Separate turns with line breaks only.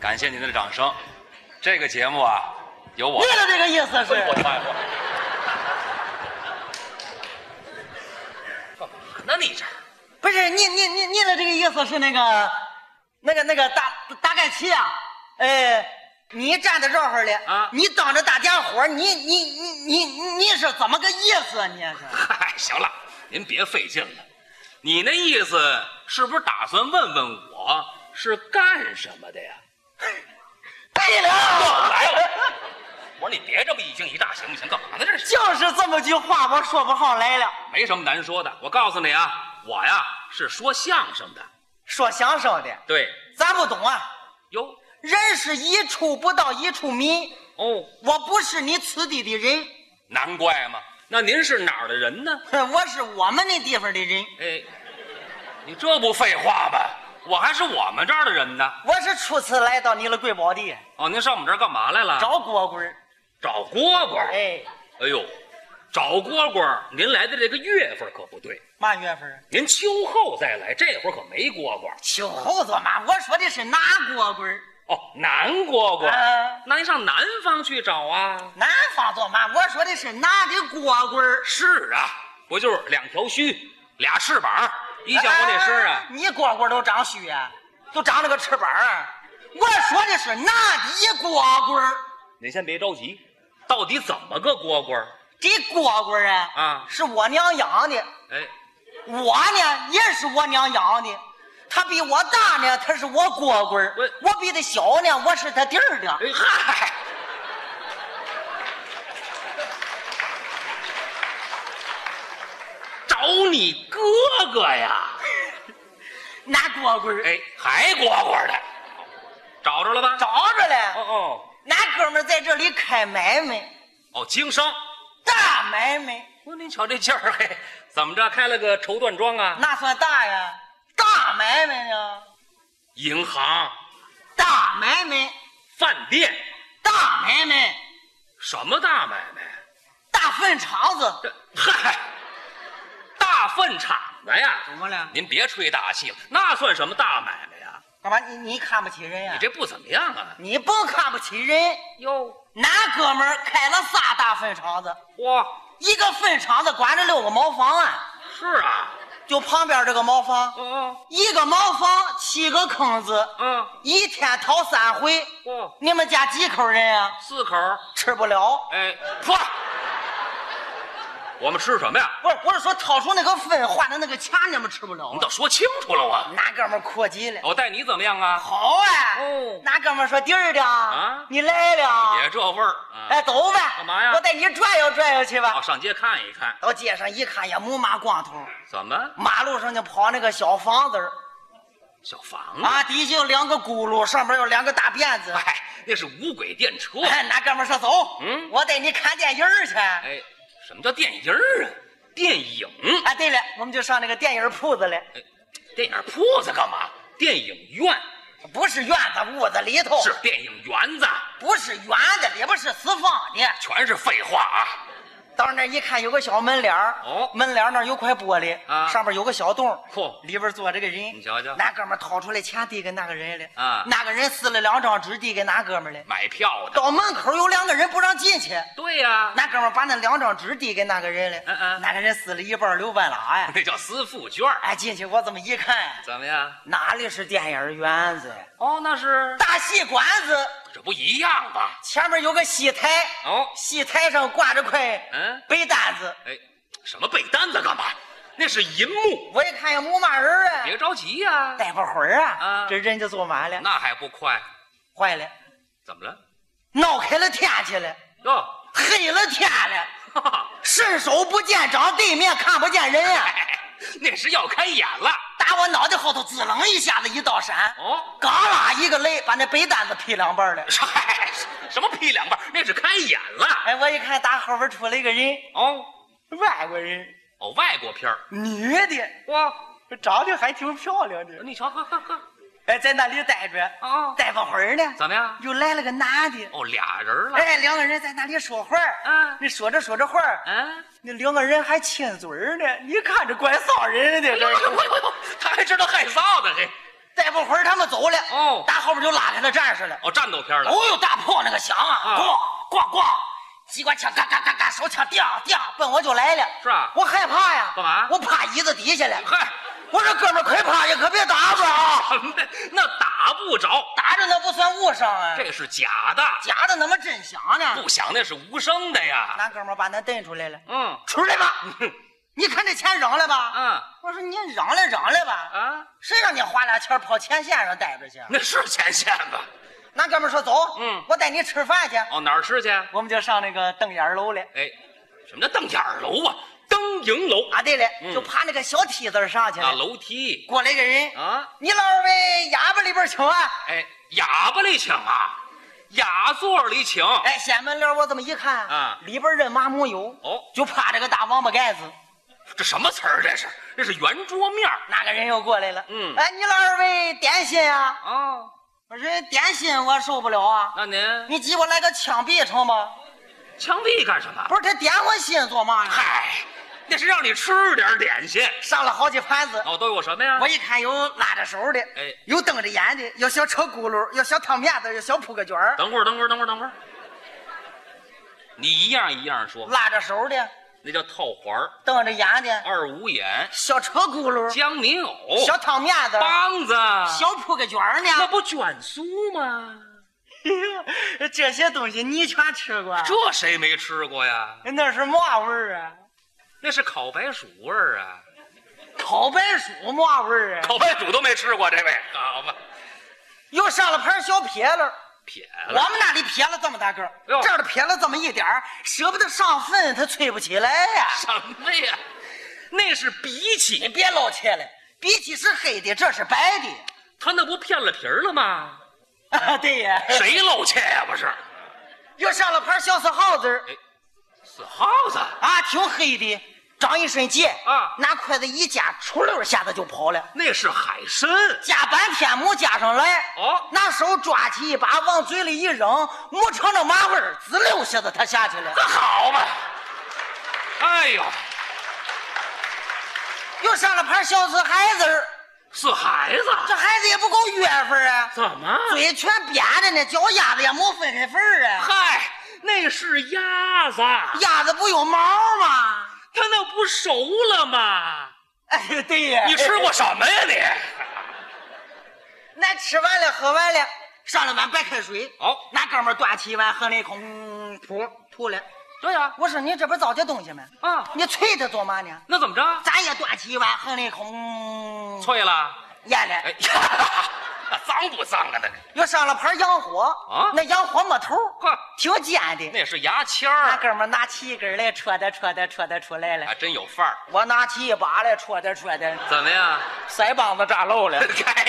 感谢您的掌声。这个节目啊，有我。
哎
对了，这个意思
我的
是。
妈呀！我
怎么呢？你这
不是你你你你的这个意思是那个，那个那个大大概齐啊，呃，你站在这儿了
啊
你当着大家伙儿，你你你你你是怎么个意思啊？你是
嗨，行了，您别费劲了。你那意思是不是打算问问我是干什么的呀？
对了，
来了，我说你别这么一惊一乍，行不行？干嘛呢？这是
就是这么句话，我说不上来了。
没什么难说的。我告诉你啊，我呀是说相声的。
说相声的，
对，
咱不懂啊。
哟，
人是一处不到一处迷，
哦，
我不是你此地的人，
难怪嘛。那您是哪儿的人呢？
我是我们那地方的人，
哎，你这不废话吗？我还是我们这儿的人呢。
我是初次来到你的贵宝地
哦，您上我们这儿干嘛来了？
找蝈蝈儿。
找蝈蝈。哎
哎，
呦，找蝈蝈，您来的这个月份可不对，
嘛月份啊？
您秋后再来，这会儿可没蝈蝈。
秋后做嘛？我说的是哪蝈蝈儿？
哦，南蝈蝈。
啊
那您上南方去找啊？
南方做嘛？我说的是哪的蝈蝈儿？
是啊，不就是两条须，俩翅膀，一想我那身儿啊，
你蝈蝈都长须啊，都长了个翅膀儿。我说的是哪的蝈蝈儿？
您先别着急，到底怎么个蝈蝈？
这蝈蝈儿啊，
啊
是我娘养的。
哎，
我呢也是我娘养的，他比我大呢，他是我蝈蝈儿
喂
我比他小呢，我是他弟儿的。
哎嗨，找你哥哥呀！
哪蝈蝈儿
哎，还蝈蝈的，找着了吧？
找着
哦
了，
哦
哪哥们儿在这里开买卖，
哦，经商。
大买卖，
哦，您瞧这劲儿，嘿，怎么着？开了个绸缎庄啊？
那算大呀？大买卖呢？
银行、
大买卖，
饭店，
大买卖，
什么大买卖？
大粪场子，
这嗨，大粪场子呀！
怎么了？
您别吹大气了，那算什么大买卖呀？
干嘛？你你看不起人呀
你？这不怎么样啊？
你不看不起人，
哎哟，
哪哥们儿开了仨大粪场子，
哇，
一个粪场子管着六个茅房啊。
是啊，
就旁边这个茅房，
哦
一个茅房七个坑子，
哦，
一天掏三回。
哦，
你们家几口人啊？
四口，
吃不了。
哎，嚯，我们吃什么呀？
不是，我是说掏出那个粪换的那个钱，你们吃不了
你
啊。
倒说清楚了啊！
那哥们儿阔极了，
我待你怎么样啊？
好啊。
哦
那哥们儿说弟儿的，
啊
你来了，
也这味儿啊！
哎，走呗。
干嘛呀哦
我带你转悠转悠去
我
吧。
上街看一看，
到街上一看，也没嘛光头，
怎么
马路上就跑那个小房子儿
小房子？
啊，底下有两个轱辘，上面有两个大辫子。
嗯哎，那是无轨电车。
哎，那哥们儿说走，
嗯
我带你看电影儿去。哎，
哎，什么叫电影儿啊？电影？
啊
哎
对了，我们就上那个电影铺子了，
电影铺子干嘛？电影院
不是院子，屋子里头，
是电影园子，
不是圆的，里边是四方的。
全是废话啊！
到那儿一看，有个小门脸儿，
哦
门脸儿那儿有块玻璃，
啊
上边有个小洞，
嚯
里边坐着个人，
你瞧瞧
那哥们儿掏出来钱递给那个人了，
啊
那个人撕了两张纸递给那哥们儿了。
买票的。
到门口有两个人不让进去，
对呀、
那哥们儿把那两张纸递给那个人了，
嗯嗯
那个人撕了一半儿留半拉呀，
那叫私付券儿。
哎，进去我这么一看呀。
怎么样？
哪里是电影院子？
哦，那是
大戏馆子
这不一样吧？
前面有个戏台，
哦，
戏台上挂着块
嗯
白单子。
哎，什么背单子干嘛？那是银幕，
我一看也没嘛人啊，
别着急 呀、
待会儿啊
啊，
这人就坐满了，
那还不快？
坏了，
怎么了？
闹开了天去了，
哟，
黑了天了，
哈哈，
伸手不见掌，对面看不见人呀、
哎，那是要开演了。
打我脑袋后头滋楞一下子一道闪，
哦，
嘎啦一个雷把那白单子劈两半了。
嗨，什么劈两半？那是开演了。
哎，我一看打后边出来一个人，
哦
外国人，
哦，外国片儿
女的。
哇，
长得还挺漂亮的，
你瞧，呵呵呵，
哎，在那里待着，
哦
待会儿呢，
怎么样？
又来了个男的，
哦，俩人了。
哎，两个人在那里说话儿，
啊
那说着说着话儿，
嗯，
那两个人还亲嘴儿呢，你看着怪臊人的，
哎呦
这
呦呦呦，他还知道害臊呢，嘿。
再不会儿他们走了，
哦
打后边就拉开了战士了。
哦，战斗片了。
哦呦，大炮那个响啊，
啊
咣咣咣，机关枪嘎嘎嘎嘎，手枪叮叮，奔我就来了。
是啊
我害怕呀。
干嘛
我趴椅子底下了。
嗨，
我说哥们儿，快趴下，可别打着啊！
什么？那打不着，
打着那不算误伤啊，
这是假的，
假的怎么真响呢？
不响那是无声的呀。
那哥们儿把咱蹬出来了，
嗯
出来吧！你看这钱扔了吧？
嗯
我说你扔了扔了吧，
啊，
谁让你花俩钱跑前线上待着去？
那是前线吧？
那哥们儿说走，
嗯
我带你吃饭去。
哦，哪儿吃去？
我们就上那个瞪眼楼了。
哎，什么叫瞪眼儿楼啊？灯影楼
啊，对了，
嗯
就爬那个小梯子上去
啊，
了。
楼梯
过来个人，
啊，
你老二位哑巴里边请啊！
哎，哑巴里请啊，雅座里请。
哎，掀门帘我这么一看
啊
里边人麻木有，
哦
就趴着个大王八盖子。
这什么词儿？这是？这是圆桌面儿
那个人又过来了，
嗯
哎，你老二位点心啊？
啊？
我说点心我受不了啊，
那您
你给我来个枪毙成吗？
枪毙干什么？
不是他点我心做嘛呀？
嗨，那是让你吃点点心。
上了好几盘子，
哦，都有什么呀
我？一看有拉着手的，
哎
有瞪着眼的，有小车轱辘，有小汤面子，有小铺个卷儿，
等会儿，等会儿，等会儿，等会儿。你一样一样说，
拉着手的，
那叫套环儿
瞪着眼的，
二五眼、
小车轱辘，
江泥藕、
小汤面子，
梆子，
小铺个卷儿
那
呢。
不卷酥吗？
这些东西你全吃过？啊
这谁没吃过呀？
那是嘛味儿啊？
那是烤白薯味儿啊！
烤白薯嘛味儿啊？
烤白薯都没吃过，这位好吧？
又上了盘小撇了。
撇
我
了，哎
们那里撇了这么大个儿，
呦
这儿的撇了这么一点儿，舍不得上粪，它吹不起来呀、
什么呀？那是荸
你
荠，
别老切了，鼻涕是黑的，这是白的。
他那不骗了皮儿了吗？
啊， 对呀，
谁露怯呀、不是，
又上了盘小死耗子儿
哎死耗子！
啊，挺黑的，长一身结
啊
拿筷子一夹，出溜儿下子就跑了。
那是海参。
夹半天没夹上来，
哦
拿手抓起一把往嘴里一扔，没尝着麻味儿，滋溜下子它下去了
那。好嘛！哎呦，
又上了盘小死孩子儿，
死孩子！
这孩子也不够月份啊，
怎么？
嘴全扁着呢，脚丫子也没分开份儿啊。
嗨，那是鸭子，
鸭子不有毛吗？
它那不熟了吗？
哎，对呀
你吃过什么呀你？
那吃完了，喝完了，上了碗白开水。
哦，
那哥们儿端起一碗，喝了一口，嗯噗吐了。
对啊呀、
我说你这不糟践东西吗？
啊，
你啐它做嘛呢？
那怎么着？
咱也端起一碗，喝了一口，嗯
脆了？
咽了。
哎呀，那脏不脏啊？那个，
又上了盘洋火
啊
那洋火没头儿，
呵，
挺尖的。
那是牙签
那
儿，
哥们儿拿起一根来戳的戳的戳的出来
哎
了
还。真有范儿。
我拿起一把来戳的戳的，
怎么样？
腮帮子扎漏了。
该